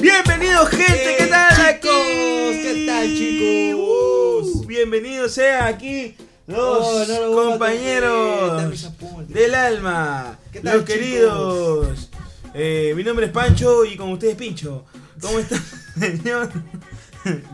Bienvenidos, gente, ¿qué tal Hey, aquí? chicos, ¿qué tal, chicos? Uh, bienvenidos sea aquí los Oh, no lo voy a compañeros atender, dame esa puta. del alma, ¿Qué tal, los queridos. Eh, mi nombre es Pancho y con ustedes Pincho. ¿Cómo están, señor?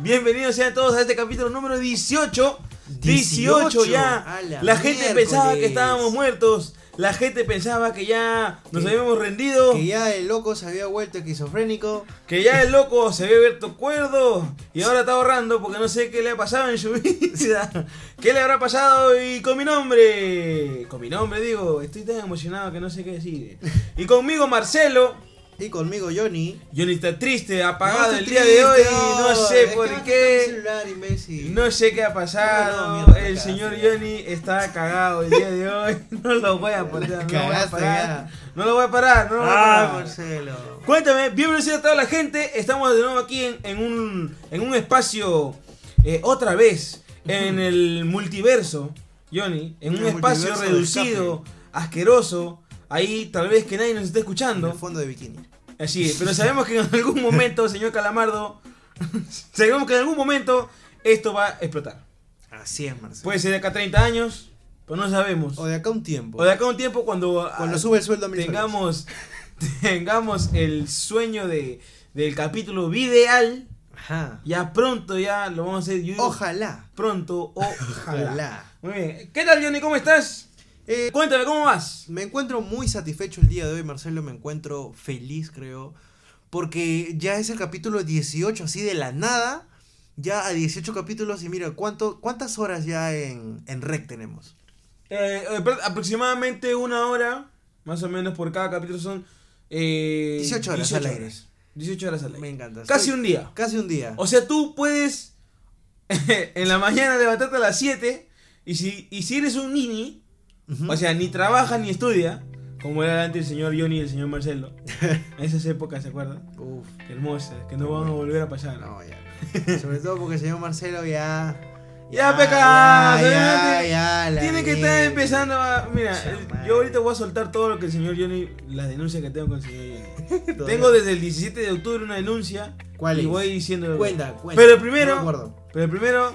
Bienvenidos sean todos a este capítulo número 18. 18, 18, ya. a La, la gente miércoles. pensaba que estábamos muertos. La gente pensaba que ya nos Que- habíamos rendido. Que ya el loco se había vuelto esquizofrénico. Que ya el loco se había abierto cuerdo y ahora está ahorrando porque no sé qué le ha pasado en su vida. ¿Qué le habrá pasado? Y con mi nombre, con mi nombre digo, estoy tan emocionado que no sé qué decir. Y conmigo Marcelo, Y conmigo Johnny. Johnny está triste, apagado No, el estoy día de triste, hoy, no, no sé es que por me quitó mi qué. celular, imbécil. No sé qué ha No, pasado. no, mierda, el cagaste señor ya. Johnny está cagado el día de hoy. No lo voy a poner, no lo voy a Cagaste parar. ya. No lo voy a parar, no lo voy a Ah, parar. Marcelo. Cuéntame, bienvenidos a toda la gente. Estamos de nuevo aquí en, en un, en un espacio, eh, otra vez, en el multiverso, Johnny. En un El espacio multiverso reducido, asqueroso. Ahí tal vez que nadie nos esté En escuchando. el fondo de bikini. Así es, pero sabemos que en algún momento, señor Calamardo, sabemos que en algún momento esto va a explotar. Así es, Marcelo. Puede ser de acá a 30 años, pero no sabemos. o de acá un tiempo. O de acá a un tiempo cuando... Cuando ah, sube el sueldo a mil soles. tengamos, tengamos el sueño de, del capítulo videal. Ajá. Ya pronto, ya lo vamos a hacer. yo digo Ojalá. Pronto, ojalá. Ojalá. Muy bien. ¿Qué tal, Johnny? ¿Cómo estás? Eh, Cuéntame, ¿cómo vas? Me encuentro muy satisfecho el día de hoy, Marcelo. Me encuentro feliz, creo. Porque ya es el capítulo 18, así de la nada. Ya a 18 capítulos y mira, ¿cuánto, ¿cuántas horas ya en, en rec tenemos? Eh, eh, pero aproximadamente una hora, más o menos, por cada capítulo son... eh, 18 horas al aire. 18 horas al aire. Me encanta. Casi Estoy- un día. Casi un día. O sea, tú puedes en la mañana levantarte a las 7 y si, y si eres un nini, Ujú. O sea, ni trabaja ni estudia, como era antes el señor Johnny y el señor Marcelo. En esas épocas, ¿se acuerdan? Uf, Qué hermosas, que no van a volver a pasar. no, ya. no. Sobre todo porque el señor Marcelo ya. Ya, peca, Ya, solamente ya, la Tiene que estar mierda. empezando a... Mira, Pucha el- madre. yo ahorita voy a soltar todo lo que el señor Johnny, las denuncias que tengo con el señor Johnny. Todavía. tengo desde el 17 de octubre una denuncia ¿Cuál y es? voy diciendo... Cuenta, cuenta. Pero No me primero, acuerdo. pero primero,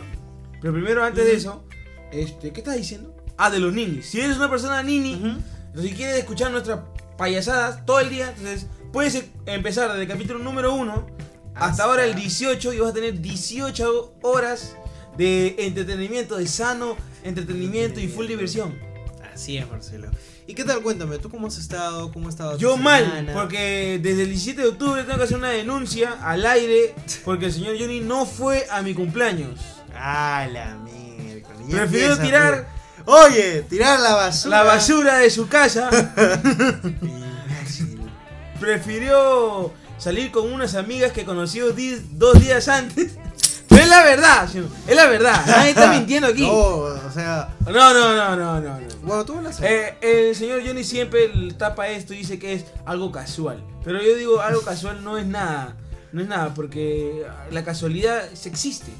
pero primero antes de Ujú. eso, este, ¿qué estás diciendo? Ah, de los ninis. Si eres una persona nini, Entonces, si quieres escuchar nuestras payasadas todo el día, entonces puedes e- empezar desde el capítulo número 1 hasta, Hasta- ahora el 18 y vas a tener 18 horas de entretenimiento, de sano entretenimiento y full diversión. Así es, Marcelo. ¿Y qué tal? Cuéntame, ¿tú cómo has estado? ¿Cómo ha estado tu Yo mal, semana? porque desde el 17 de octubre tengo que hacer una denuncia al aire porque el señor Johnny no fue a mi cumpleaños. Ah, la mierda. Ya Prefirió empieza, tirar pero- Oye, tirar la basura. la basura de su casa, Imbécil. prefirió salir con unas amigas que conoció di- dos días antes. Pero es la verdad, señor, es la verdad. Nadie está mintiendo aquí. No, No, o sea, no, no, no, no. no. bueno, tú hablas. Eh, el señor Johnny siempre tapa esto y dice que es algo casual. Pero yo digo, algo casual no es nada. No es nada, porque la casualidad se existe.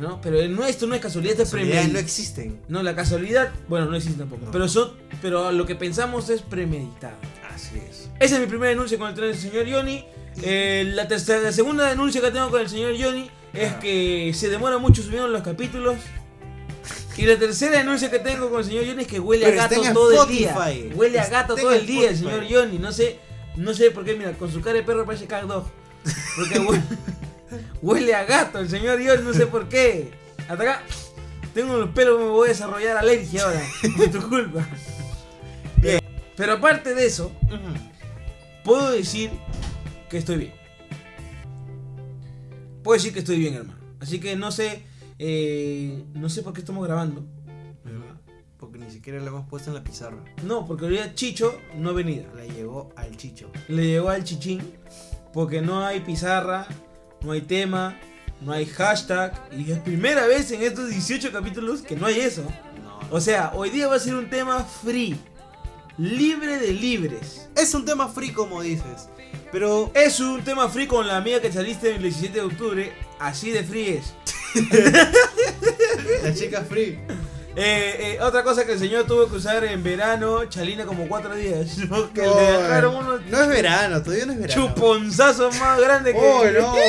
¿no? Pero el- no, esto no es casualidad, esto es Casualidades premeditado. no existen. No, la casualidad, bueno, no existe tampoco. No. Pero, eso, pero lo que pensamos es premeditado. Así es. Esa es mi primera denuncia con el tren del señor Johnny. Eh, la, tercera, la segunda denuncia que tengo con el señor Johnny es Ah. que se demora mucho subiendo los capítulos. Y la tercera denuncia que tengo con el señor Johnny es que huele Pero a está gato en todo el Spotify. día. Huele a Está gato en todo el día, el Spotify. señor Johnny. No sé, no sé por qué, mira, con su cara de perro parece cat dog. Porque huele, huele a gato el señor Johnny, no sé por qué. Hasta acá tengo los pelos, me voy a desarrollar alergia ahora. Por tu culpa. Bien. Pero aparte de eso, Puedo decir que estoy bien. Puedo decir que estoy bien, hermano. Así que no sé, eh, no sé por qué estamos grabando. Porque ni siquiera lo hemos puesto en la pizarra. No, porque ahorita Chicho no ha venido. La llegó al chicho. Le llegó al chichín porque no hay pizarra, no hay tema, no hay hashtag. Y es primera vez en estos 18 capítulos que no hay eso. No. O sea, hoy día va a ser un tema free. libre de libres. Es un tema free, como dices. Pero Es un tema free con la amiga que saliste el 17 de octubre, así de free es. la chica free. Eh, eh, otra cosa que el señor tuvo que usar en verano, Chalina como cuatro días. ¿no? Que Oh, le dejaron unos No es verano, todavía no es verano. chuponzazos más grandes que. Oh, no.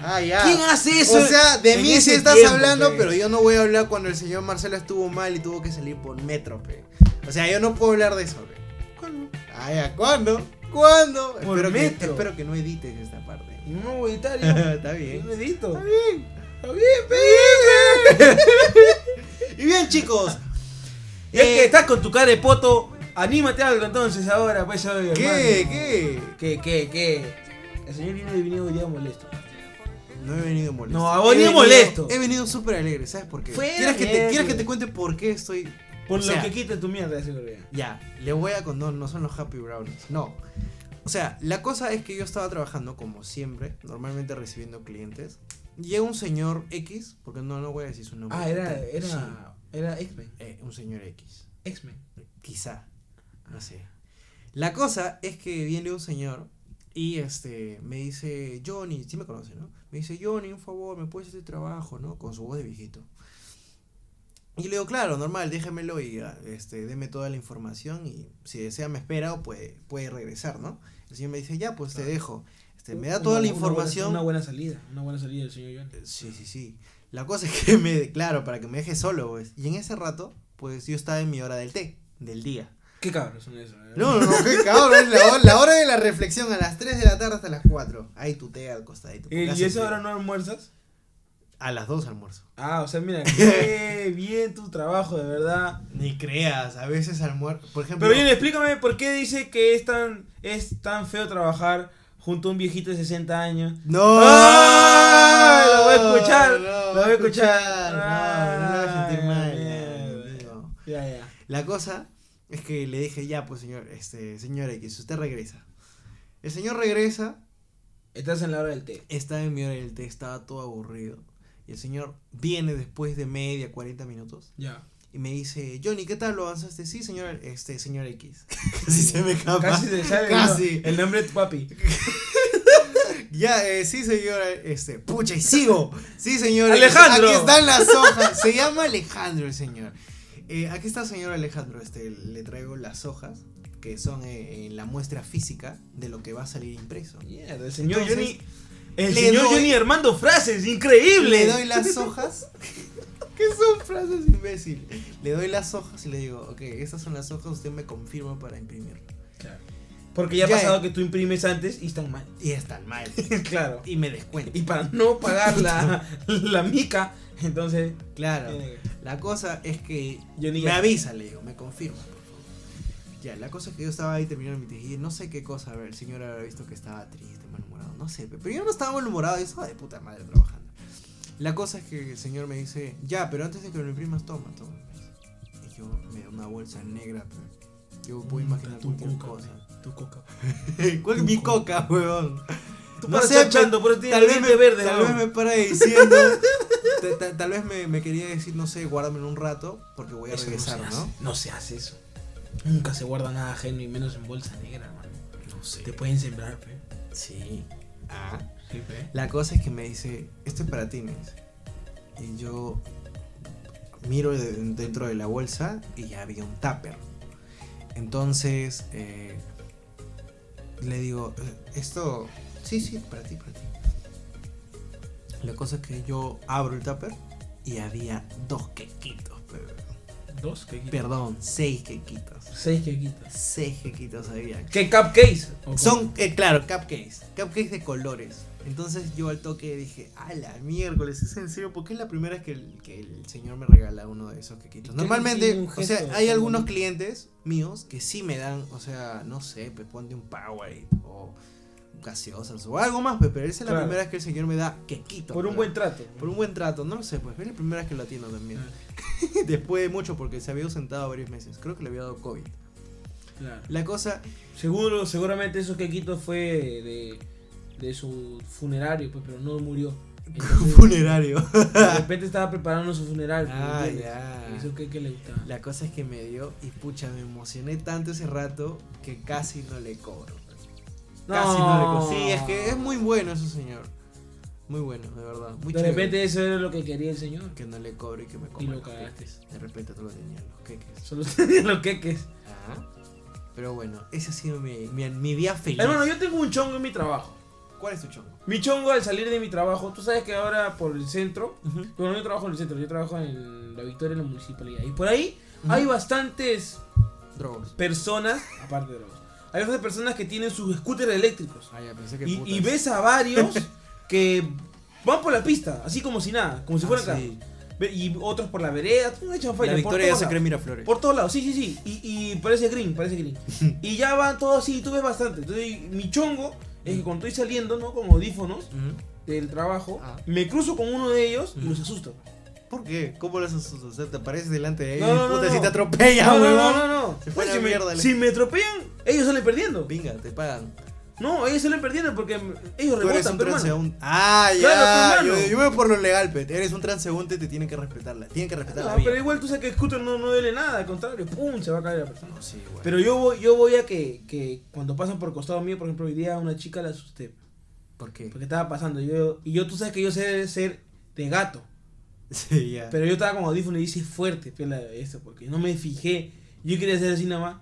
Ah, ya. ¿Quién hace eso? O sea, de en mí sí ese estás tiempo, pues. hablando, pe? pero yo no voy a hablar cuando el señor Marcelo estuvo mal y tuvo que salir por metro, pe. O sea, yo no puedo hablar de eso, pe. ¿Cuándo? Ah, ya, ¿cuándo? ¿Cuándo? Por espero, Que, metro. espero que no edites esta parte. No voy a editar, yo. Está Yo bien. no edito. Está bien. Está bien, pe. Y bien, chicos. Y es Eh, que estás con tu cara de poto, anímate algo entonces ahora, pues oye, ¿Qué? hermano. ¿Qué? ¿Qué? ¿Qué? ¿Qué? El señor viene de vinido hoy día molesto. No he venido molesto. No, He ha venido molesto. He venido súper alegre, ¿sabes por qué? Fuera ¿Quieres que, te, mierda. ¿Quieres que te cuente por qué estoy...? Por O sea, lo que quita tu mierda de seguridad. Ya, le voy a contar, no son los Happy Brownies, no. O sea, la cosa es que yo estaba trabajando como siempre, normalmente recibiendo clientes. Llega un señor X, porque no, no voy a decir su nombre. Ah, era. Sí, Era. Era X-Men. eh, un señor X. X-Men. Quizá. No sé. La cosa es que viene un señor y este me dice, Johnny, sí me conoce, ¿no? Me dice, Johnny, un favor, ¿me puedes hacer este trabajo, ¿no? Con su voz de viejito. Y le digo, claro, normal, déjemelo y ah, este, deme toda la información y si desea me espera o puede, puede regresar, ¿no? El señor me dice, ya, pues te dejo. Este, me da Una- toda la una buena- información. Eh, Una buena salida. Una buena salida del señor Johnny. Sí, sí, sí. La cosa es que me declaro para que me deje solo, pues. Y en ese rato, pues yo estaba en mi hora del té, del día. Qué cabros son esos. eh? No, no, no, qué cabrón, es la, hora- la hora de la reflexión, a las 3 de la tarde hasta las 4. Ahí tu té al costadito. Eh, ¿Y Casi eso te- ahora no almuerzas? A las 2 almuerzo. Ah, o sea, mira, qué bien tu trabajo, de verdad. Ni creas, a veces almuerzo. Por ejemplo, Pero bien, explícame por qué dice que es tan, es tan feo trabajar junto a un viejito de 60 años. No, ¡Ah! Lo voy a escuchar, no, lo voy a escuchar. No, no me voy a sentir Ay, mal. mierda. ya, amigo. Ya, ya. La cosa es que le dije, ya, pues señor, este, señor X, usted regresa. El señor regresa, Estás en la hora del té. estaba en mi hora del té, estaba todo aburrido. Y el señor viene después de media, 40 minutos. Ya. Y me dice, Johnny, ¿qué tal lo avanzaste? Sí, señor, este, señor X. Casi se me escapa. Casi te sale Casi. El, el nombre de tu papi. Ya, eh, sí, señor, este, pucha, y sigo. Sí, señor. este, Alejandro. Aquí están las hojas. Se llama Alejandro el señor. Eh, aquí está, señor Alejandro, este, le traigo las hojas, que son eh, eh, la muestra física de lo que va a salir impreso. Mierda, el señor Entonces, Johnny. El le señor doy- Johnny armando frases, increíble. Le doy las hojas. ¿Qué son frases, imbécil? Le doy las hojas y le digo, ok, estas son las hojas, usted me confirma para imprimirlo. Claro. Porque ya ha Ya, pasado eh. que tú imprimes antes y están mal. Y están mal. claro. Y me descuento. Y para no pagar la, la mica, entonces. Claro. tiene que- La cosa es que Yo ni me ya- avisa, le digo, me confirma, por favor. Ya, la cosa es que yo estaba ahí terminando mi tejido, y no sé qué cosa, a ver, el señor habrá visto que estaba triste, malhumorado, no sé, pero yo no estaba malhumorado, yo estaba de puta madre trabajando. La cosa es que el señor me dice, ya, pero antes de que lo imprimas, toma, toma. Y yo me da una bolsa negra, pero yo puedo imaginar Mm, tu cualquier coca, cosa. Tu coca. ¿Cuál mi coca, weón? Tú No no sé, sé, pero por eso Tal vez, me, verde, tal ¿no? vez me para diciendo. ta- ta- tal vez me, me quería decir, no sé, guárdamelo un rato porque voy a Eso regresar, no, se ¿no? hace, no se hace eso. Nunca se guarda nada ajeno y menos en bolsa negra, hermano. No sé. Te pueden sembrar, pe. Sí. Ah. Sí, pe. La cosa es que me dice, esto es para ti, me dice. Y yo miro de- dentro de la bolsa y ya había un tupper. Entonces eh, le digo, "Eh, esto, sí, sí, para ti, para ti. La cosa es que yo abro el tupper y había dos quequitos, pe- Dos quequitos. perdón, seis quequitos. Seis quequitos. Seis quequitos había. ¿Qué cupcakes? ¿O cómo? Son, eh, claro, cupcakes. Cupcakes de colores. Entonces yo al toque dije, ala, miércoles, es en serio, porque es la primera vez que el, que el señor me regala uno de esos quequitos. Y que tiene Normalmente, un o sea, gesto hay tan algunos bonito. clientes míos que sí me dan, o sea, no sé, pues ponte un Powerade o gaseosas o algo más, pues, pero esa es la Claro. primera vez que el señor me da quequitos. Por un pues. buen trato. Por un buen trato, no lo sé, pues es la primera vez que lo atiendo también. Claro. Después de mucho, porque se había ausentado varios meses. Creo que le había dado COVID. Claro. La cosa, Seguro, seguramente esos quequitos fue de, de su funerario, pues, pero no murió. Entonces, Funerario. de repente estaba preparando su funeral. ¿me Ah, entiendes? ya. Y Eso que, que le gustaba. La cosa es que me dio y pucha, me emocioné tanto ese rato que casi no le cobro. Casi no le cobro. Sí, es que es muy bueno eso, señor. Muy bueno, de verdad. Muy De chévere. repente eso era lo que quería el señor. Que no le cobre y que me Y coma lo los cagaste. queques. De repente tú lo tenías, los queques. Solo tenía los queques. Ajá. Pero bueno, ese ha sido mi, mi, mi día feliz. Ah. Hermano, yo tengo un chongo en mi trabajo. ¿Cuál es tu chongo? Mi chongo al salir de mi trabajo, tú sabes que ahora por el centro, bueno, yo trabajo en el centro, yo trabajo en la Victoria en la municipalidad. Y por ahí Ujú. hay bastantes Drogas. personas, aparte de los, hay bastantes personas que tienen sus scooters eléctricos. Ah, ya pensé que Y, putas. y ves a varios que van por la pista, así como si nada, como si Ah, fueran acá. sí. Ve- Y otros por la vereda, tú no echas La fallas, por victoria ya todos se lados. cree Miraflores. Por todos lados, sí, sí, sí. Y, y parece green, parece green. Y ya van todos así, tú ves bastante. Entonces, mi chongo es Mm. que cuando estoy saliendo, ¿no? Con audífonos Ujú. del trabajo, Ah. me cruzo con uno de ellos y Mm. los asusto. ¿Por qué? ¿Cómo lo haces? O sea, te apareces delante de él. No, no, no, puta, no. si te atropella, no, no, huevón. no, no, no. Se fue Pues, la si, me, mierda, le- si me atropellan, ellos salen perdiendo. Venga, te pagan. No, ellos salen perdiendo porque ellos Tú eres rebotan, un pero hermano. transeúnte. Ah, ya. Claro, pues, yo, mano. yo voy por lo legal, pet. Eres un transeúnte, te tienen que respetarla. Tienen que respetar No, la pero vida. igual tú sabes que el scooter no, no duele nada, al contrario, pum, se va a caer la persona. No, sí, güey. Pero yo voy, yo voy a que, que cuando pasan por costado mío, por ejemplo, hoy día a una chica la asusté. ¿Por qué? Porque estaba pasando. Yo, y yo, tú sabes que yo sé ser de gato. Sí, ya. Pero yo estaba con audífono y hice fuerte, pela eso, porque no me fijé. Yo quería hacer así nada más.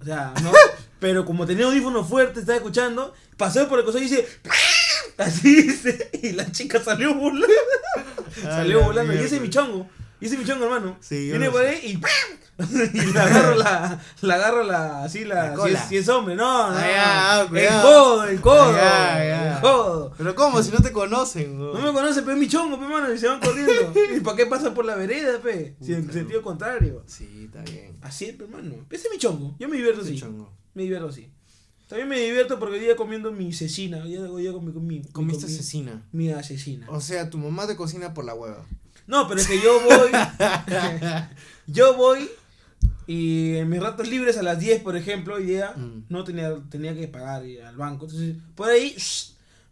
O sea, no. pero como tenía audífono fuerte, estaba escuchando, pasó por el coso y hice. Así hice. Y la chica salió volando. Ah, salió la volando. Y mierda. ese es mi chongo. Y ese es mi chongo, hermano. Sí, yo Viene lo por sé. ahí y. Y la agarro la. La agarro la. Así la. La si, es, cola. si es hombre, no, no. Ah, ya, ah, el cuidado. codo, el codo. Ah, ya, ya. El codo. Pero ¿cómo? Si no te conocen, No güey. me conoce, pero es mi chongo, pe, mano, y se van corriendo. ¿Y para qué pasan por la vereda, pe? Si en Puta, sentido contrario. Sí, está bien. Así es, pe, hermano. Ese es mi chongo. Yo me divierto Sí, así. chongo. Me divierto así. También me divierto porque hoy día comiendo mi cecina. Hoy día, hoy día comí, comí, Comiste comí asesina. Mi asesina. O sea, tu mamá te cocina por la hueva. No, pero es que yo voy. yo voy. Y en mis ratos libres a las 10, por ejemplo, hoy día Mm. no tenía, tenía que pagar ir al banco. Entonces, por ahí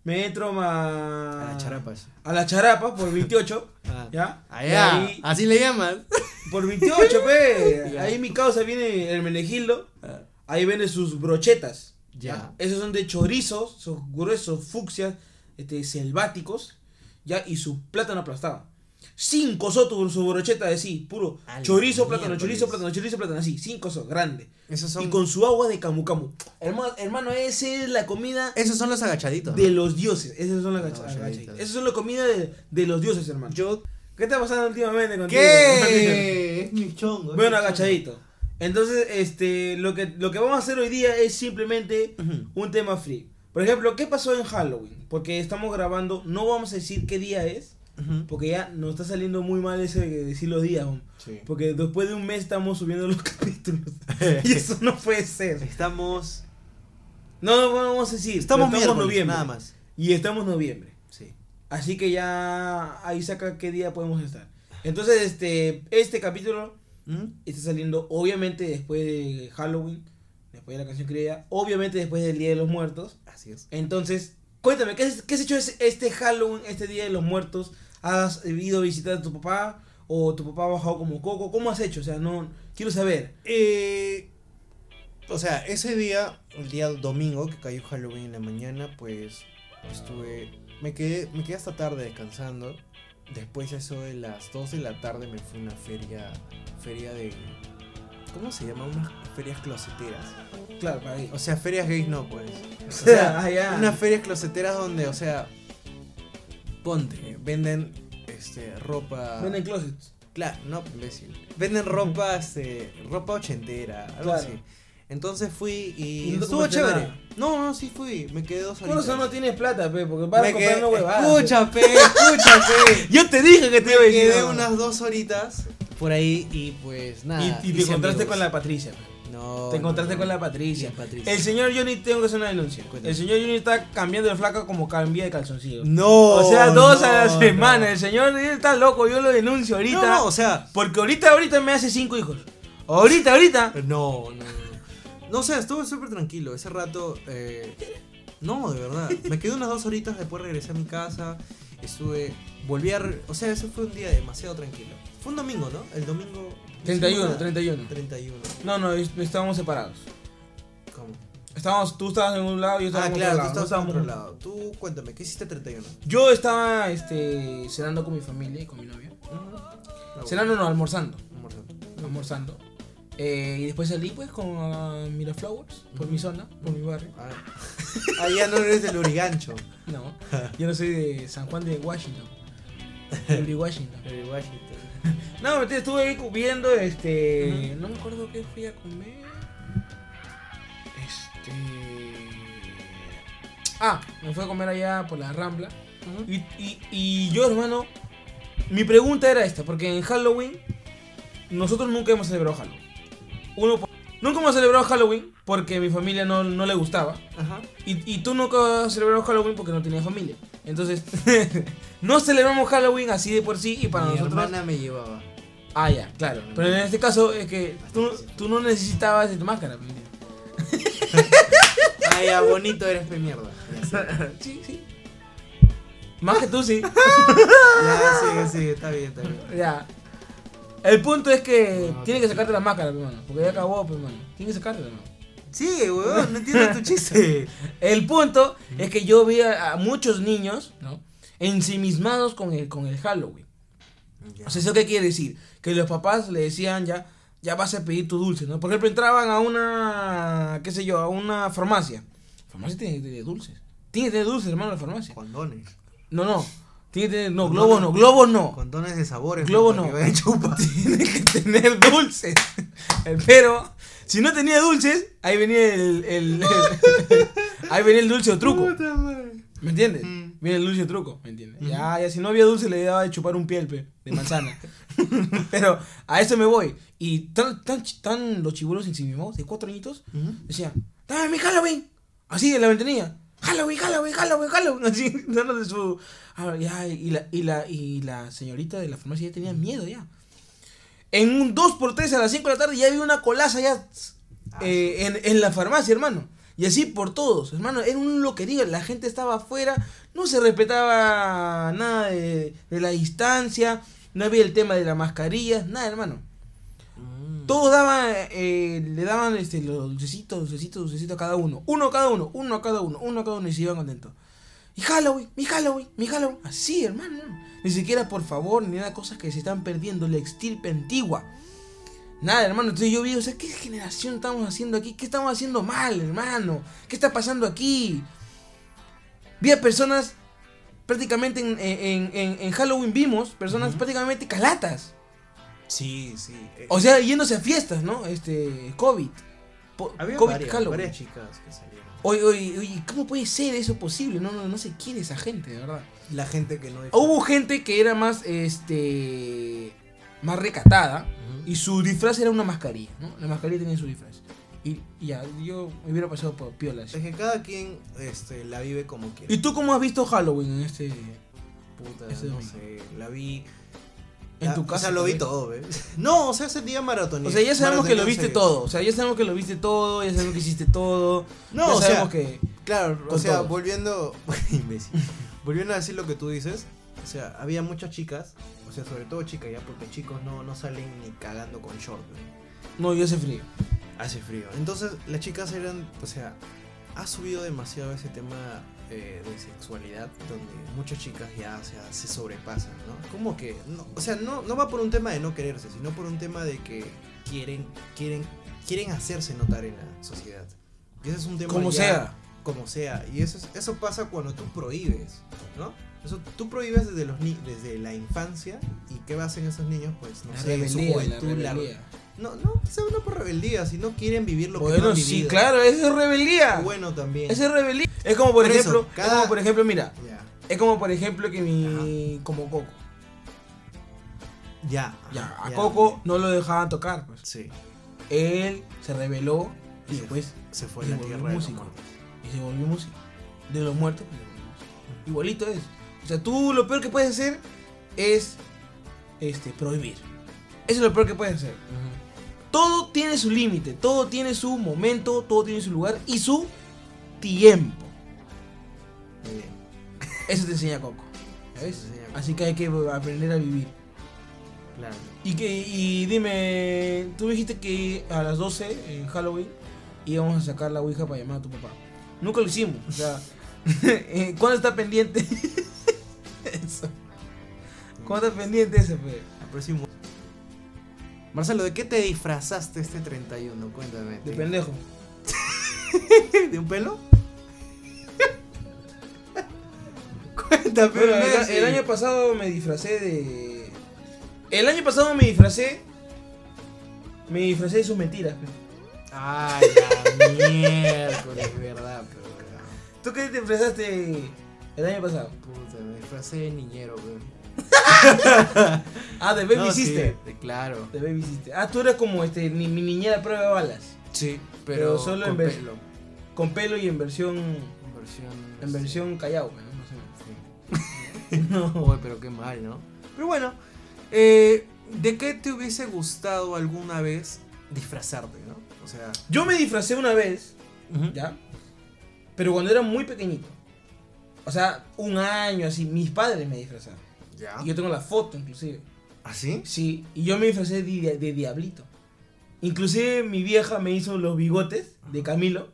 me entro A ma- las charapas. A la charapa por 28. Ah, ¿Ya? Allá. Y ahí- Así le llaman. Por 28, pe. Ya. Ah. Ahí mi causa viene el Menegildo. Ahí vende sus brochetas. Ya. Esos son de chorizos, son gruesos, fucsias, este, selváticos. Ya, y su plátano aplastado. Cinco sotos su brocheta de sí, puro. A la chorizo, plátano, miércoles. chorizo, plátano, chorizo, plátano, así. Cinco sos, grande. Esos son, Y con su agua de camu camu. Hermano, hermano, esa es la comida esos son los agachaditos. ¿no? de los dioses. Esas son las No, gacha- ya, ya. agachaditas. Esas son la comida de, de los dioses, hermano. Yo. ¿Qué está pasando últimamente contigo? ¿Qué? Es mi chongo. es mi Bueno, chongo. agachadito. Entonces, este, lo que, lo que vamos a hacer hoy día es simplemente Ujú. un tema free. Por ejemplo, ¿qué pasó en Halloween? Porque estamos grabando, no vamos a decir qué día es, Ujú. porque ya nos está saliendo muy mal ese de decir los días, hom. Sí. porque después de un mes estamos subiendo los capítulos. y eso no puede ser. Estamos. No, no vamos a decir. Estamos, pero miércoles, noviembre. nada más. Y estamos en noviembre. Sí. Así que ya ahí saca qué día podemos estar. Entonces, este, este capítulo está saliendo obviamente después de Halloween, después de la canción criolla, obviamente después del Día de los Muertos. Así es. Entonces, cuéntame, ¿qué has, qué has hecho es- este Halloween, este Día de los Muertos? ¿Has ido a visitar a tu papá o tu papá ha bajado como coco? ¿Cómo has hecho? O sea, no quiero saber. Eh, o sea, ese día, el día domingo que cayó Halloween en la mañana, pues estuve. Me quedé, me quedé hasta tarde descansando. Después, a eso de las 2 de la tarde, me fui a una feria. Feria de. ¿Cómo se llama? Unas ferias closeteras. Claro, para ahí. O sea, ferias gays no, pues. O Ah, ya. sea, unas ferias closeteras donde, o sea, ponte, venden este, ropa. Ven en closets. Claro, no, imbécil. Venden ropa, este, ropa ochentera, algo Claro. así. Entonces fui Y y, no te estuvo compraste chévere. nada. No, no, sí fui, me quedé dos Por horitas. eso no tienes plata, pe, porque vas Me a quedé- comprar una huevada. pe. Escucha, pe, escucha, pe. Yo te dije que te iba a Me decir. quedé no. unas dos horitas por ahí y pues nada. Y, y te hice encontraste amigos. con la Patricia. pe. No. Te encontraste no, no. con la Patricia. Bien, Patricia. El señor Johnny, tengo que hacer una denuncia. Cuéntame. El señor Johnny está cambiando de flaca como cambia de calzoncillo. No. o sea, dos a la no, semana. no. El señor él está loco, yo lo denuncio ahorita. No, no, o sea, Porque ahorita, ahorita me hace cinco hijos. Ahorita, ahorita. no, no, no. No sé, estuve súper tranquilo. Ese rato, eh, No, de verdad. Me quedé unas dos horitas, después regresé a mi casa. Estuve. Volví a. re- O sea, eso fue un día demasiado tranquilo. Fue un domingo, ¿no? El domingo. no 31, hicimos nada. 31. 31. No, no, es- estábamos separados. ¿Cómo? Estábamos, tú estabas en un lado y yo estaba Ah, en claro, tú otro lado. no estabas en otro estábamos- lado. Tú cuéntame, ¿qué hiciste el 31? Yo estaba este, cenando con mi familia y con mi Ah, novia. No, Cenando, no, almorzando. almorzando. Almorzando. Eh, y después salí pues con ah, Miraflowers por Ujú. mi zona, por mi barrio. Ah, ah, ya no eres del Urigancho. No, yo no soy de San Juan de Washington. De Washington. El Washington. No, mentira, estuve ahí viendo, este. No me acuerdo qué fui a comer. Este. Ah, me fui a comer allá por la Rambla. Y, y- y yo, hermano, mi pregunta era esta, porque en Halloween nosotros nunca hemos celebrado Halloween. Uno, por- nunca hemos celebrado Halloween porque mi familia no, no le gustaba. Ajá. Y, y tú nunca has celebrado Halloween porque no tenías familia. Entonces, no celebramos Halloween así de por sí y para Mi nosotros... hermana me llevaba. Ah, ya, claro. Pero en este caso es que tú, tú no necesitabas de tu máscara. pues, mira. Ah, ya, bonito eres pe mierda. Ya, Sí, sí. sí. Más que tú, sí. Ya, sigue, sigue, Ah, está bien, está bien. Ya. El punto es que No, tienes que que sacarte la máscara, mi hermano. Porque ya acabó, pues, mi hermano. Tienes que sacártela, hermano. Sigue, weón, no entiendo tu chiste. El punto es que yo vi a, a muchos niños, ¿no? Ensimismados con el, con el Halloween. O sea, ¿eso qué quiere decir? Que los papás le decían ya, ya vas a pedir tu dulce, ¿no? Por ejemplo, entraban a una, qué sé yo, a una farmacia. farmacia tiene que tener dulces. Tiene que tener dulces, hermano, la farmacia. Condones. No, no. Tiene que tener, no, globos no, globos no. Condones de sabores. Globo para no. Que vayan chupa. Tiene que tener dulces. Pero, si no tenía dulces, ahí venía el, el- el- ahí venía el dulce o truco. Puta madre. ¿Me entiendes? Mm. Viene el dulce truco, ¿me entiendes? Ujú. Ya, ya si no había dulce le daba de chupar un pielpe de manzana. Pero a eso me voy. Y tan, tan, ch- tan los chibulos ensimismados de cuatro añitos, Ujú. decían, dame mi Halloween. Así en la ventanilla. Halloween, Halloween, Halloween, Halloween. Así, dándole su. Ah, ya, y la, y la, y la señorita de la farmacia ya tenía miedo ya. En un 2x3 a las 5 de la tarde ya había una colaza ya Ah, eh, en, en la farmacia, hermano. Y así por todos, hermano. Era un loquerío. La gente estaba afuera. No se respetaba nada de, de la distancia. No había el tema de las mascarillas. Nada, hermano. Mm. Todos daban, eh, le daban este, los dulcecitos, dulcecitos, dulcecitos a cada uno. Uno a cada uno, uno a cada uno, uno a cada uno y se iban contentos. Y Halloween, mi Halloween, mi Halloween. Así, hermano. Ni siquiera por favor, ni nada, cosas que se están perdiendo, la extirpe antigua. Nada, hermano. Entonces yo vi, o sea, ¿qué generación estamos haciendo aquí? ¿Qué estamos haciendo mal, hermano? ¿Qué está pasando aquí? Vi a personas prácticamente en, en- en- en Halloween vimos personas Ujú. prácticamente calatas. Sí, sí. Eh, O sea, yéndose a fiestas, ¿no? Este, COVID. Po- había COVID varias, Halloween. varias chicas que salieron. Oye, oye, oye, ¿cómo puede ser eso posible? No, no, no sé quién es esa gente, de verdad. La gente que no Hubo gente que era más, este, más recatada Ujú. y su disfraz era una mascarilla, ¿no? La mascarilla tenía su disfraz. Y y ya, yo me hubiera pasado por piola. así. Es que cada quien este, la vive como quiere. ¿Y tú cómo has visto Halloween en este, Puta, Ese no domingo. sé. La vi. en la- tu casa? O sea, lo vi también? todo, ¿ves? No, o sea, ese día maratoné. O sea, ya sabemos que lo Maratoné en viste serio. todo. O sea, ya sabemos que lo viste todo, ya sabemos que hiciste todo. No, ya o sea, sabemos que... Claro, o Con sea, todos. volviendo. imbécil. Volviendo a decir lo que tú dices. O sea, había muchas chicas. O sea, sobre todo chicas ya, porque chicos no, no salen ni cagando con short, ¿no? No, yo hace frío. ¿eh? Hace frío. Entonces, las chicas eran. O sea, ha subido demasiado ese tema eh, de sexualidad. Donde muchas chicas ya, o sea, se sobrepasan, ¿no? Como que. No, o sea, no, no va por un tema de no quererse, sino por un tema de que quieren. quieren quieren hacerse notar en la sociedad. Y ese es un tema Como ya- sea. como sea. Y eso, es- eso pasa cuando tú prohíbes, ¿no? Eso, tú prohíbes desde, los ni- desde la infancia y qué hacen esos niños, pues no La sé, en su rebeldía, la juventud. la- rebeldía. no, no, quizá no por rebeldía, sino quieren vivir lo que no Bueno, han sí, vivido. claro, eso es rebeldía. Bueno también. Eso es rebeldía. Es como por, Por eso, ejemplo, es cada- como por ejemplo, mira, Ya, es como por ejemplo que mi como Coco. ya. Ya, ajá, a ya. Coco no lo dejaban tocar, pues. Sí, Él se rebeló y Sí. después se fue Y a la volvió tierra de los músico. muertos. y se volvió músico. De los muertos, pues, se volvió músico. Igualito es. O sea, tú lo peor que puedes hacer es este prohibir. Eso es lo peor que puedes hacer. Todo tiene su límite, todo tiene su momento, todo tiene su lugar y su tiempo. Eso te enseña Coco. ¿ves? Eso te enseña Coco. Así que hay que aprender a vivir. Claro. Y que y dime, tú dijiste que a las 12 en Halloween íbamos a sacar la Ouija para llamar a tu papá. Nunca lo hicimos. O sea, eh, ¿cuándo está pendiente eso? ¿Cuándo está pendiente pues? eso, fe? Al próximo. Marcelo, ¿de qué te disfrazaste este 31? De Cuéntame. ¿Te- pendejo. ¿De un pelo? Cuéntame. Bueno, no el, digas el sí. año pasado me disfracé de. El año pasado me disfracé. Me disfracé de sus mentiras. pues. fe. Ay, la miércoles, verdad, pero. weón. ¿Tú qué te disfrazaste el año pasado? Puta, me disfracé de niñero, weón. Ah, de baby No, sí, hiciste. de- Eh, claro. De baby hiciste. Ah, tú eras como este, ni- mi niñera prueba balas. Sí, pero, Pero solo con en vez- pelo. Con pelo y en versión. En versión. En versión callao, ¿no? Sí. Oye, pero qué mal, ¿no? Pero bueno, eh, ¿de qué te hubiese gustado alguna vez disfrazarte, no? O sea, Yo me disfracé una vez, ¿ya? Pero cuando era muy pequeñito. O sea, un año así. Mis padres me disfrazaron. ¿Ya? Y yo tengo la foto, inclusive. ¿Así? Sí, y yo me disfracé de, dia- de diablito. Inclusive mi vieja me hizo los bigotes de Camilo.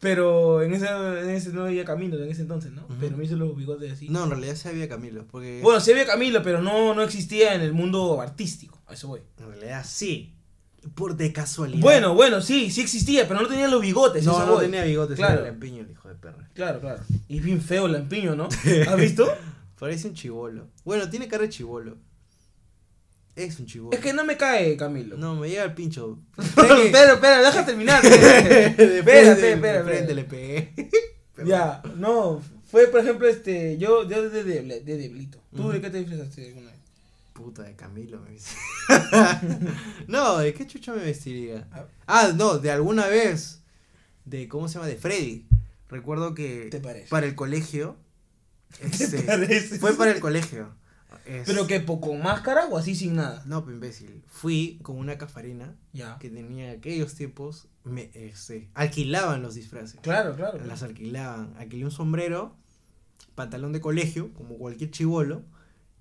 Pero en ese, en ese no había Camilo en ese entonces, ¿no? Ujú. Pero me hizo los bigotes así. No, en realidad se había Camilo, porque Bueno, sí había Camilo, pero no, no existía en el mundo artístico. A eso voy. en realidad sí, por de casualidad. Bueno, bueno, sí, sí existía, pero no tenía los bigotes. a no, eso no voy. tenía bigotes, Claro. era lampiño el hijo de perra. Claro, claro. Y bien feo Lampiño, ¿no? ¿Has visto? Parece un chivolo. Bueno, tiene cara de chivolo. Es un chivolo. es que no me cae Camilo. No, me llega el pincho. pero, pero, deja terminar. pues. espérate, espérate, espera, espérate. le pegué. Perdón. Ya, no, fue por ejemplo este, yo, yo de, de, de, de deblito. ¿Tú Ujú. de qué te disfrazaste alguna vez? Puta de Camilo me dice. no, ¿de qué chucha me vestiría? A- Ah, no, de alguna vez. De, ¿cómo se llama? De Freddy. Recuerdo que ¿Te parece? para el colegio. este, parece? Fue para el colegio. Es- Pero que po- con máscara o así sin nada. No, pues, imbécil. Fui con una cafarina Ya. que tenía aquellos tiempos. Me, este, alquilaban los disfraces. Claro, claro. Las alquilaban. Alquilé un sombrero, pantalón de colegio, como cualquier chivolo.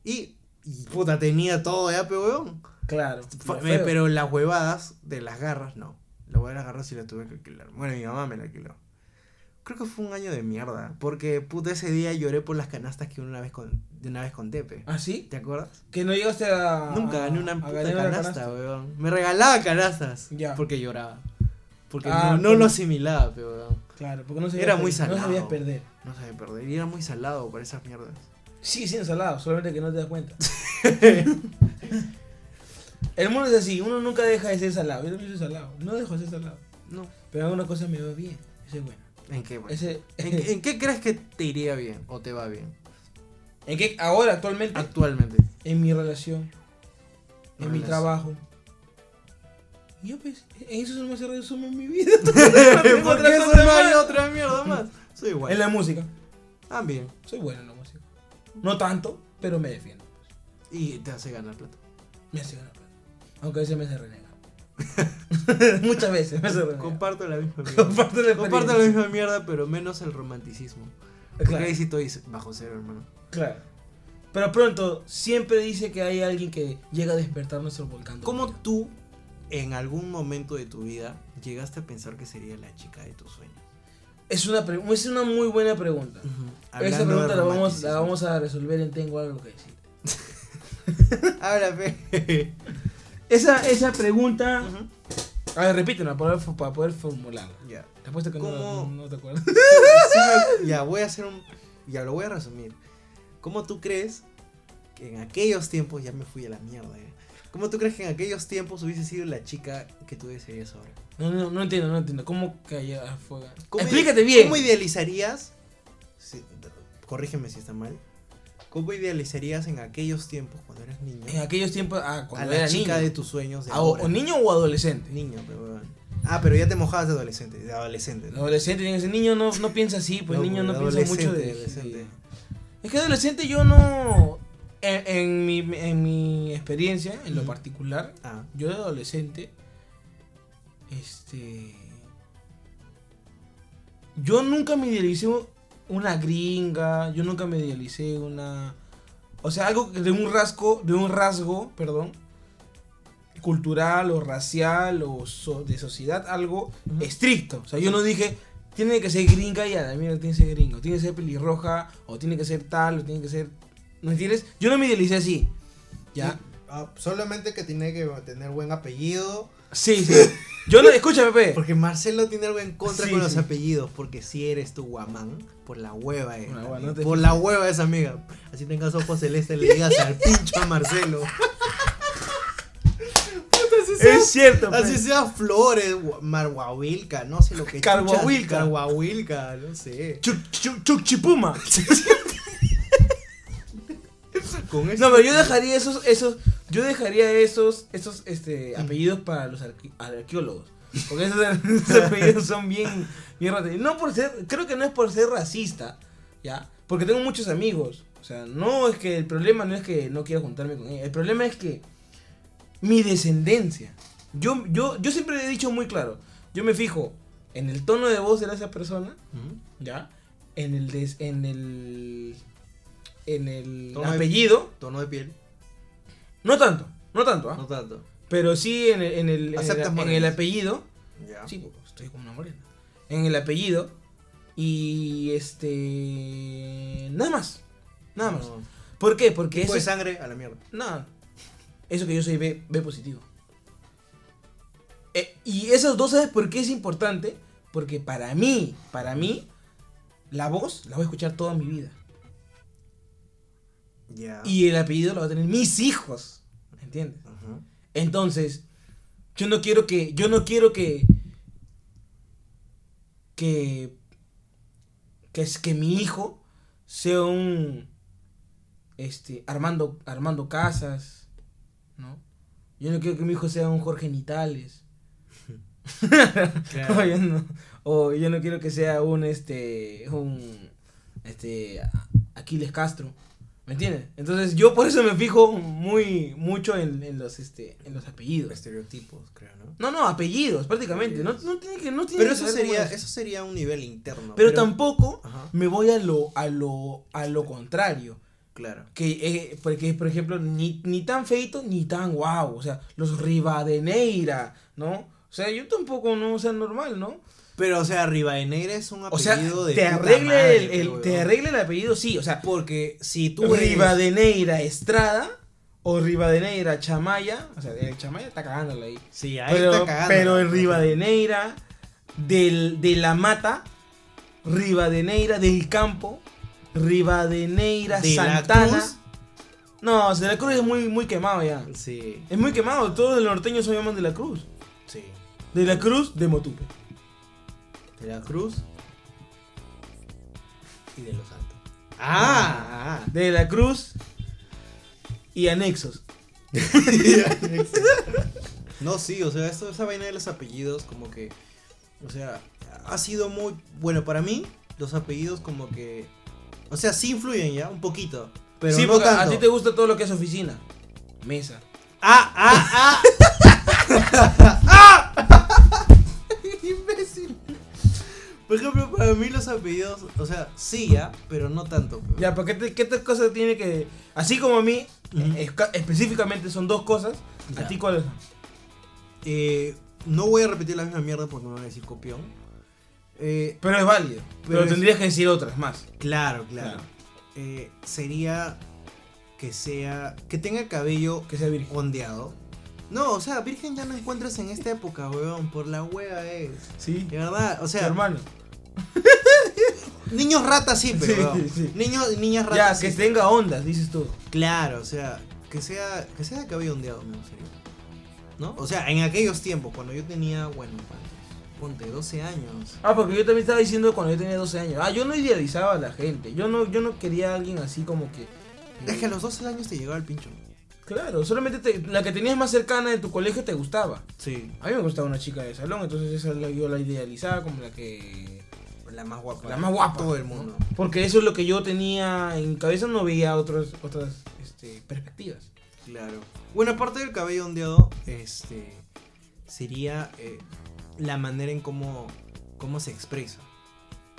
Y, y, puta, tenía todo ya, pe weón. Claro. Fa- lo me- feo. pero las huevadas de las garras, no. La huevada de las garras sí la tuve que alquilar. Bueno, mi mamá me la alquiló. Creo que fue un año de mierda. Porque puta ese día lloré por las canastas que una vez con, de una vez con Tepe. ¿Ah, sí? ¿Te acuerdas? Que no llegaste a. Nunca gané una a puta ganar una canasta, weón. Me regalaba canastas. Ya. Porque lloraba. Porque Ah, no, no pero- lo asimilaba, pe, weón. Claro, porque no sabías Era muy perder, No salado. sabías perder. No sabía perder. Y era muy salado para esas mierdas. Sigue siendo salado, solamente que no te das cuenta. El mundo es así, uno nunca deja de ser salado. Yo también soy salado, no dejo de ser salado. No. Pero alguna cosa me va bien. Ese es bueno. ¿En qué, weón? Ese, ¿En, qué- en qué crees que te iría bien o te va bien? ¿En qué? Ahora, actualmente. Actualmente. en mi relación, en mi Relación. trabajo. Y yo pues, en eso se me hace resumen mi vida. Porque Tengo otra eso cosa no hay más. otra mierda más. Soy igual. En la música, Ah, bien. soy bueno en la música. No tanto, pero me defiendo. Y te hace ganar plata. Me hace ganar plata. Aunque a veces me hace renegar. Muchas veces me hace renegar. Comparto la misma mierda. Comparto la Comparto la experiencia. misma mierda, pero menos el romanticismo. Porque Claro, ahí sí estoy bajo cero, hermano. claro. Pero pronto, siempre dice que hay alguien que llega a despertar nuestro volcán. ¿Cómo tú, en algún momento de tu vida, llegaste a pensar que sería la chica de tus sueños? Es una, pre- es una muy buena pregunta. Esa Hablando de pregunta la vamos, la romanticismo. vamos a resolver en Tengo algo que decir. Habla, fe. Esa, esa pregunta. Ujú. A ver, repítela para poder, para poder formularla. Ya. Te apuesto que no, ¿Cómo? no, no te acuerdas. Sí me- ya, voy a hacer un. Ya lo voy a resumir. ¿Cómo tú crees que en aquellos tiempos. Ya me fui a la mierda, eh. ¿Cómo tú crees que en aquellos tiempos hubiese sido la chica que tú desearías ahora? No, no, no entiendo, no entiendo. ¿Cómo que allá fue? ¿Cómo Explícate ide- bien. ¿Cómo idealizarías? si- corrígeme si está mal. ¿Cómo idealizarías en aquellos tiempos cuando eras niño? En aquellos tiempos, ah, A cuando la era chica niño. de tus sueños de Ah, o, ahora. o niño o adolescente. Niño, pero weón. Ah, pero ya te mojabas de adolescente. De adolescente. El ¿no? adolescente, tiene que ser niño no, no piensa así, pues No, niño no de piensa mucho de. adolescente, de- adolescente. Es que adolescente yo no. En, en mi, en mi experiencia, en lo Ujú. particular, Ah, yo de adolescente, este. Yo nunca me idealicé una gringa, yo nunca me idealicé una... O sea, algo que de un rasgo, de un rasgo, perdón, cultural o racial o so- de sociedad, algo Ujú. estricto. O sea, yo no dije, tiene que ser gringa y a la mierda tiene que ser gringo, tiene que ser pelirroja, o tiene que ser tal, o tiene que ser... ¿No entiendes? Yo no me idealicé así. ¿Ya? Ah, solamente que tiene que tener buen apellido. Sí, sí. Yo no... Escúchame, pe. Porque Marcelo tiene algo en contra Sí, con los sí. apellidos, porque si eres tu guamán, por la hueva es. Por la hueva, amigo, no te por la hueva es, amiga. Así tengas ojos celestes, le digas al pincho a Marcelo. así sea, Es cierto, pe. así sea Flores, Gua- Marhuahuilca, no sé lo que chucha, Carhuahuilca. Carhuahuilca, no sé. Chuc- chuc- Chuchipuma. Con eso- No, pero yo dejaría esos, esos, yo dejaría esos, esos, este, apellidos para los arque- arqueólogos. Porque esos, esos apellidos son bien, bien ratas. No por ser, creo que no es por ser racista, ¿ya? Porque tengo muchos amigos. O sea, no es que el problema no es que no quiero juntarme con ellos. El problema es que mi descendencia. Yo, yo, yo siempre he dicho muy claro. Yo me fijo en el tono de voz de esa persona, Ujú. ¿ya? En el, des- en el, en el Tono de- apellido. Tono de piel, No tanto, no tanto, ¿ah? no tanto. pero sí en el, en el, en el, Aceptas en morenas. el apellido. Ya. Sí, porque estoy como una morena. En el apellido. Y este. Nada más. Nada más. No. ¿Por qué? Porque Tipo eso. de es- sangre a la mierda. Nada. Eso que yo soy B, B positivo. Eh, y esos dos, ¿sabes por qué es importante? Porque para mí, para mí, la voz la voy a escuchar toda mi vida. Ya. Y el apellido lo van a tener mis hijos. ¿Me entiendes? Ajá. Entonces, yo no quiero que, yo no quiero que, que, que es que mi hijo sea un, este, Armando, Armando Casas, ¿no? Yo no quiero que mi hijo sea un Jorge Nitales. Claro. o, yo no, o yo no quiero que sea un, este, un, este, Aquiles Castro. ¿Me entiendes? Entonces yo por eso me fijo muy mucho en, en los este en los apellidos. Estereotipos, creo, ¿no? No, no, apellidos, prácticamente. No, no tiene que. No tiene que Pero eso saber cómo sería, es. eso sería un nivel interno. Pero tampoco Ajá. me voy a lo, a lo, a lo contrario. Claro. Que, eh, porque, por ejemplo, ni, ni tan feito ni tan guau. O sea, los Rivadeneira, ¿no? O sea, yo tampoco, no, o sea, normal, ¿no? Pero, o sea, Rivadeneira es un apellido O sea, de. te puta arregle, madre, el, el- pero, te weón. arregle el apellido, sí. O sea, Porque si tú. eres- Rivadeneira Estrada o Rivadeneira Chamaya. O sea, el Chamaya está cagándole ahí. Sí, ahí Pero, está cagando. pero en Rivadeneira, del, de la mata, Rivadeneira del campo, Rivadeneira De la Santana. Cruz. No, o sea, de la Cruz es muy, muy quemado ya. Sí, Es muy quemado, todos los norteños se llaman de la Cruz. sí. De la Cruz de Motupe. De la Cruz. Y de los Altos. ¡Ah! De la Cruz y anexos. No, sí, o sea, esto, esa vaina de los apellidos, como que. O sea, ha sido muy. Bueno, para mí, los apellidos, como que. O sea, sí influyen ya, un poquito. Pero sí, no porque tanto. a ti te gusta todo lo que es oficina. Mesa. ¡Ah, ah, ah! ¡Imbécil! Por ejemplo, para mí los apellidos, o sea, sí ya, pero no tanto. pe. Ya, pero ¿qué, te- qué te- cosas tiene que.? Así como a mí, Ujú. esca- específicamente son dos cosas. ¿A Ya. ti cuáles son? Eh, no voy a repetir la misma mierda porque me van a decir copión. Eh, Pero es válido. Pero, Pero es- tendrías que decir otras más. claro, claro. Claro. Eh, sería que sea, que tenga cabello Que sea virgen. ondeado. No, o sea, virgen ya no encuentras en esta época, weón, por la hueva es. Sí. De verdad, o sea, hermano. Niños ratas sí, pero. Sí, weón. sí. Niños, niñas Ya, ratas. que sí. tenga ondas, dices tú. Claro, o sea, que sea, que sea de cabello ondeado, me gustaría. ¿No? O sea, en aquellos tiempos, cuando yo tenía, bueno, ¿cuántos? ponte 12 años. Ah, porque yo también estaba diciendo cuando yo tenía 12 años. Ah, yo no idealizaba a la gente. Yo no, yo no quería a alguien así como que. eh, Es que a los 12 años te llegaba el pincho. Claro, solamente te- la que tenías más cercana de tu colegio te gustaba. Sí. A mí me gustaba una chica de salón, entonces esa la- yo la idealizaba como la que. La más guapa. La más guapa. Todo el mundo. ¿no? Porque eso es lo que yo tenía en cabeza, no veía otras, otras este, perspectivas. Claro. Bueno, aparte del cabello ondeado, este. Sería eh, la manera en cómo, cómo se expresa.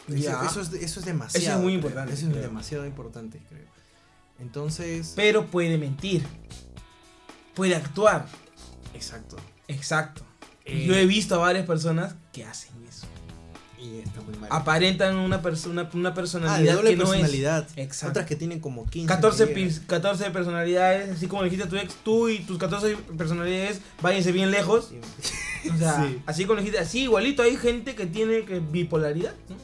Ya. Eso, eso es, eso es demasiado. muy creo. importante, Eso es creo. demasiado importante, creo. Entonces. Pero puede mentir. Puede actuar. exacto. Exacto. Eh, Yo he visto a varias personas que hacen eso. Y está muy mal. Aparentan una, persona, una Ah, de Ah, personalidad doble que no es. personalidad. Exacto. Otras que tienen como 15. 14, que llegan. pers- 14 personalidades, así como le dijiste a tu ex, tú y tus 14 personalidades, váyanse bien lejos. O sea, Sí. así como le dijiste, así igualito hay gente que tiene que bipolaridad. ¿no?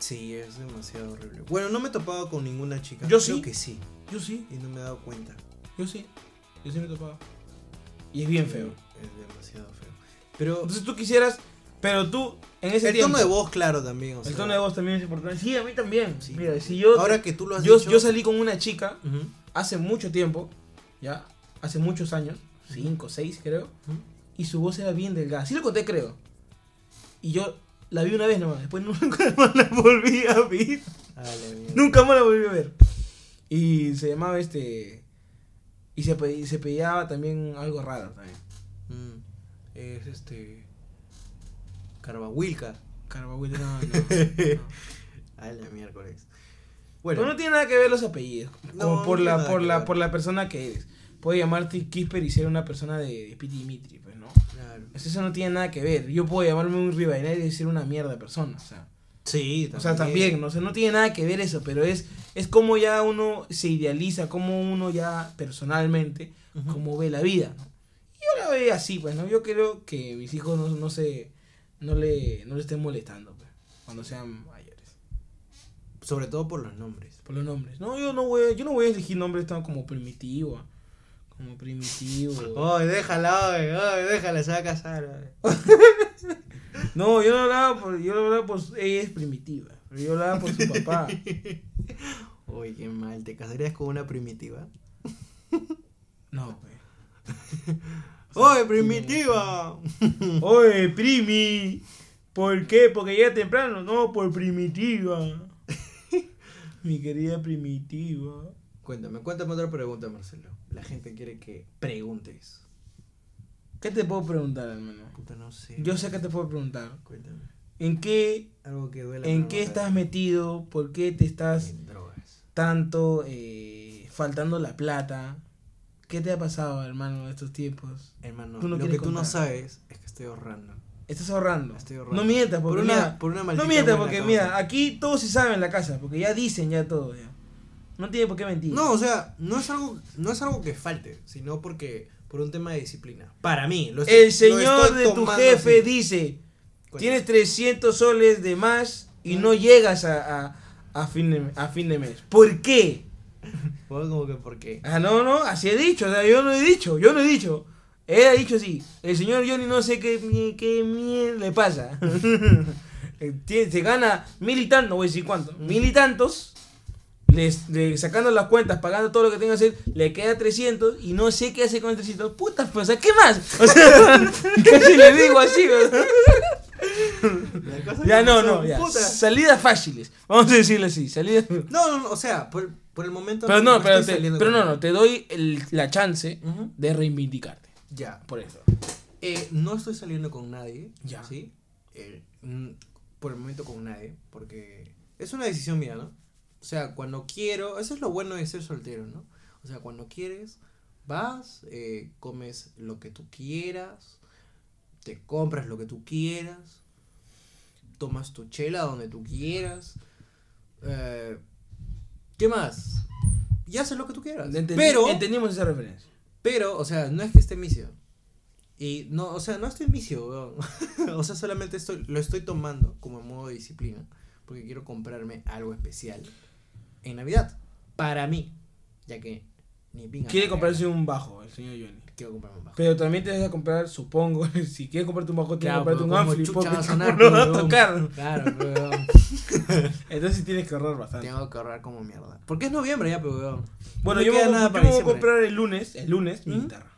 Sí, es demasiado horrible. Bueno, no me he topado con ninguna chica. Yo Creo sí. que sí. Yo sí, Y no me he dado cuenta. yo sí, yo sí me topaba. Y es bien feo. Es demasiado feo. Pero. Entonces tú quisieras, pero tú, en ese El tiempo, tono de voz, claro, también. o el sea, tono de voz también es importante. Sí, a mí también. sí. Mira, si yo, Ahora que tú lo has yo, dicho. yo salí con una chica Ujú, hace mucho tiempo, ya, hace muchos años, 5, 6 creo. ujú. y su voz era bien delgada. Sí lo conté, creo. Y yo la vi una vez nomás, después nunca más la volví a ver. Ah, la mierda. Nunca más la volví a ver. Y se llamaba este. Y se, pe- y se peleaba también algo raro también. Mm, Es este. Carbahuilca. Carbahuil, no, no. no. A la miércoles. Pero no tiene nada que ver los apellidos. No, como no por, tiene la, nada por, que la, ver. por la persona que eres. Puede llamarte Kisper y ser una persona de, de Piti Dimitri, pues no. Claro. Pues eso no tiene nada que ver. Yo puedo llamarme un Rivadeneiro y ser una mierda de persona. O sea. Sí, O sea, también, ¿no? O sea, no tiene nada que ver eso, pero es, es como ya uno se idealiza, como uno ya personalmente, Ujú. como ve la vida, ¿no? Yo la veo así, pues, ¿no? Yo creo que mis hijos no, no se, no le, no le estén molestando, pues, cuando sean mayores, Sobre todo por los nombres. por los nombres. No, yo no voy, yo no voy a elegir nombres tan como primitivo, como primitivo. Ay, déjala, ay, ay, déjala, se va a casar. ay. No, yo lo hablaba por, yo lo hablaba por, su- ella es primitiva, pero yo lo hablaba por su papá. Uy, qué mal, ¿te casarías con una primitiva? No, pues. ¡Ay, primitiva! Oye, primi. ¿Por qué? Porque llega temprano. No, por primitiva. Mi querida primitiva. cuéntame, cuéntame otra pregunta, Marcelo. La gente quiere que preguntes. ¿Qué te puedo preguntar, hermano? Puta, no sé. Yo sé que te puedo preguntar. Cuéntame. ¿En qué, Algo que duela. en pero qué no estás duela. metido? ¿Por qué te estás En drogas. tanto eh, faltando la plata? ¿Qué te ha pasado, hermano, en estos tiempos? Hermano, Tú no lo que quieres tú no contar. sabes es que estoy ahorrando. ¿Estás ahorrando? Estoy ahorrando. No mientas, Por porque una, mira, por una maldita. No mientas, buena porque causa. mira, aquí todos se saben en la casa, porque ya dicen ya todo. ya. No tiene por qué mentir. No, o sea, no es algo, no es algo que falte, sino porque por un tema de disciplina. Para mí, lo estoy- El lo señor estoy de tu tomando jefe así. dice, Cuéntame. tienes 300 soles de más y no llegas a, a, a fin, de, a fin de mes. ¿Por qué? Bueno, como que por qué. Ah, no, no, así he dicho, o sea, yo no he dicho, yo no he dicho. Él ha dicho así, el señor Johnny no sé qué, mie- qué miel le pasa. Eh, tiene- Se gana mil y tantos, no voy a decir cuánto, mil y tantos, les, le- sacando las cuentas, pagando todo lo que tenga que hacer, le queda 300 y no sé qué hace con el 300. Puta, pues, o sea, ¿qué más? O sea, casi le digo así, ¿verdad? La cosa Ya, es no, que no, son ya. putas. Salidas fáciles, vamos a decirlo así, salidas... No, no, no, o sea, por, por el momento. Pero no, pero, estoy te- saliendo pero con no, no, nadie. te doy el- la chance Ujú. de reivindicarte. Ya. Por eso. Eh, no estoy saliendo con nadie. Ya. ¿Sí? Eh, mm, por el momento con nadie. Porque es una decisión mía, ¿no? O sea, cuando quiero. Eso es lo bueno de ser soltero, ¿no? O sea, cuando quieres, vas, eh, comes lo que tú quieras, te compras lo que tú quieras, tomas tu chela donde tú quieras. eh, ¿Qué más? Y haces lo que tú quieras. Entendí- pero. entendimos esa referencia. Pero, o sea, no es que esté misio. Y no, o sea, no estoy misio, weón. o sea, solamente estoy, lo estoy tomando como modo de disciplina. Porque quiero comprarme algo especial en Navidad. Para mí. Ya que ni pinga. Quiere me comprarse regala. un bajo, el señor Johnny. Quiero comprarme un bajo. Pero también te vas a comprar, supongo, si quieres comprarte un bajo, tienes que Claro, comprarte un pero como ampli, chucha porque va a sonar, no va a weón. tocar. Claro, pero, weón, Entonces tienes que ahorrar bastante. tengo que ahorrar como mierda. Porque es noviembre ya, pero weón. Bueno, No yo me queda voy, nada yo para me voy a diciembre. comprar el lunes, el lunes, mi ¿Mm? guitarra.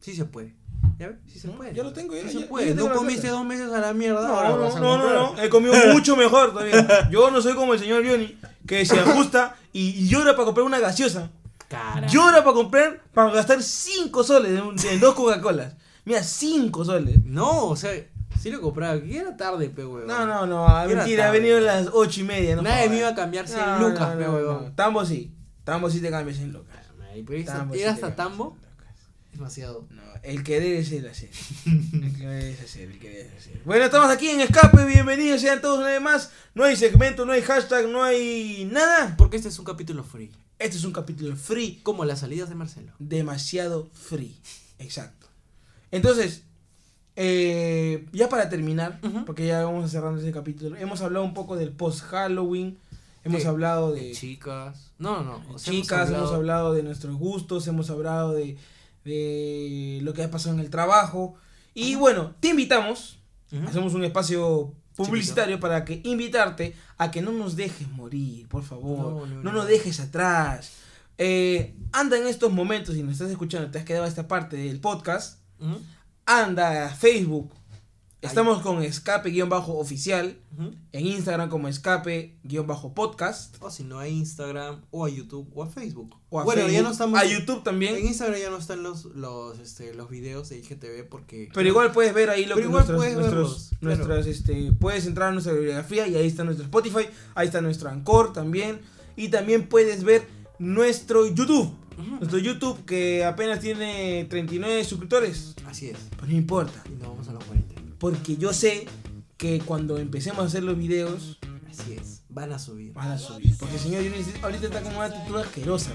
Sí se puede. ¿Ya ves? Sí se No, puede. ya lo tengo, ya- Sí ya- se ya puede. tengo no la comiste plata. dos meses a la mierda. ahora No, vas no, a no, comprar. no, no, he comido mucho mejor todavía. Yo no soy como el señor Johnny, que se ajusta y, y llora para comprar una gaseosa. Carajo. Llora para comprar, para gastar 5 soles en, un- en dos Coca-Colas. Mira, 5 soles. No, o sea, Sí lo compraba, que era tarde, pe, weón. No, no, no, Era mentira, ha tarde. venido a las ocho y media, no Nadie jodas. me iba a cambiarse No, no, lucas, no, pe, no, weón. no. Tambo sí, Tambo sí te cambias en lucas. Ay, pero esa- Tambo sí Era te hasta cambias en tambo. lucas. Demasiado. No, el querer es el hacer. El querer es hacer, el querer es hacer. Bueno, estamos aquí en Escape, bienvenidos sean todos una vez más. No hay segmento, no hay hashtag, no hay nada. Porque este es un capítulo free. Este es un capítulo free, Como las salidas de Marcelo. demasiado free. Exacto. Entonces, eh, ya para terminar, Ujú. porque ya vamos a cerrar este capítulo, hemos hablado un poco del post-Halloween, hemos Sí. hablado de... De chicas. No, no, no. o sea, chicas, hemos hablado de nuestros gustos, hemos hablado de, de lo que ha pasado en el trabajo. Y bueno, te invitamos, Ujú. hacemos un espacio publicitario para que invitarte a que no nos dejes morir, por favor, no, No, no, nos no. dejes atrás. Eh, anda en estos momentos, si nos estás escuchando, te has quedado a esta parte del podcast, Ujú, anda a Facebook. Estamos con escape-oficial, ujú. en Instagram como escape-podcast. O si no, a Instagram, o a YouTube, o a Facebook. o a bueno, ya Facebook, no estamos. A YouTube también. En Instagram ya no están los, los, este, los videos de IGTV porque. Pero igual puedes ver ahí lo Pero que igual nuestros, puedes nuestros- verlos, claro. nuestras, este, puedes entrar a nuestra bibliografía y ahí está nuestro Spotify, ahí está nuestro Anchor también y también puedes ver nuestro YouTube, Ujú. nuestro YouTube que apenas tiene 39 suscriptores, Así es. pero no importa, Y no vamos a los 40. porque yo sé que cuando empecemos a hacer los videos Así es. Van a subir. van a subir, porque señor Yunus ahorita está con una actitud asquerosa.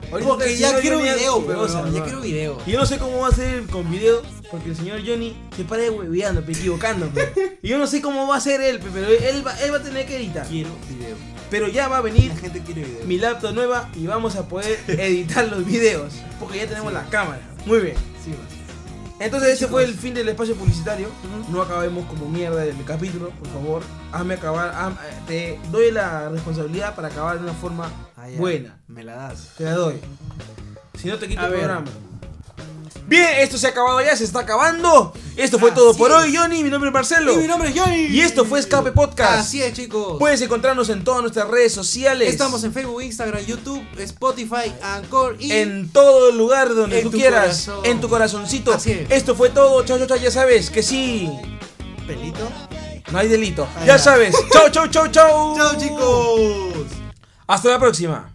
pues. Ahorita Porque el ya señor quiero Johnny video, pero asquerosa, ya ¿no? quiero video. Y yo no sé cómo va a ser con video, porque el señor Johnny se para de hueveando, pe, equivocando. pe. Y yo no sé cómo va a ser él, pe, pero él va, él va a tener que editar. Quiero video. Pero ya va a Y venir la gente quiere video. mi laptop nueva y vamos a poder editar los videos, porque ya tenemos la cámara. Muy bien. Sí, va. Entonces ese Chicos. fue el fin del espacio publicitario. Ujú. No acabemos como mierda de mi capítulo, por favor. Hazme acabar, haz- eh, te doy la responsabilidad para acabar de una forma Ah, ya. buena. Me la das. Te la doy. Si no te quito A el ver. programa. Bien, esto se ha acabado ya, se está acabando. Esto fue todo Así por es. hoy, Johnny. Mi nombre es Marcelo. Y mi nombre es Johnny. Y esto fue Pues, Escape Podcast. Así es, chicos. Puedes encontrarnos en todas nuestras redes sociales. Estamos en Facebook, Instagram, YouTube, Spotify, Anchor y. En todo lugar donde En tú tu quieras. corazón. En tu corazoncito. Así es. Esto fue todo. Chao, chao, chao. Ya sabes que sí. pelito. No hay delito. Ah, Ya ya. sabes. Chao, chao, chao, chao. Chao, chicos. Hasta la próxima.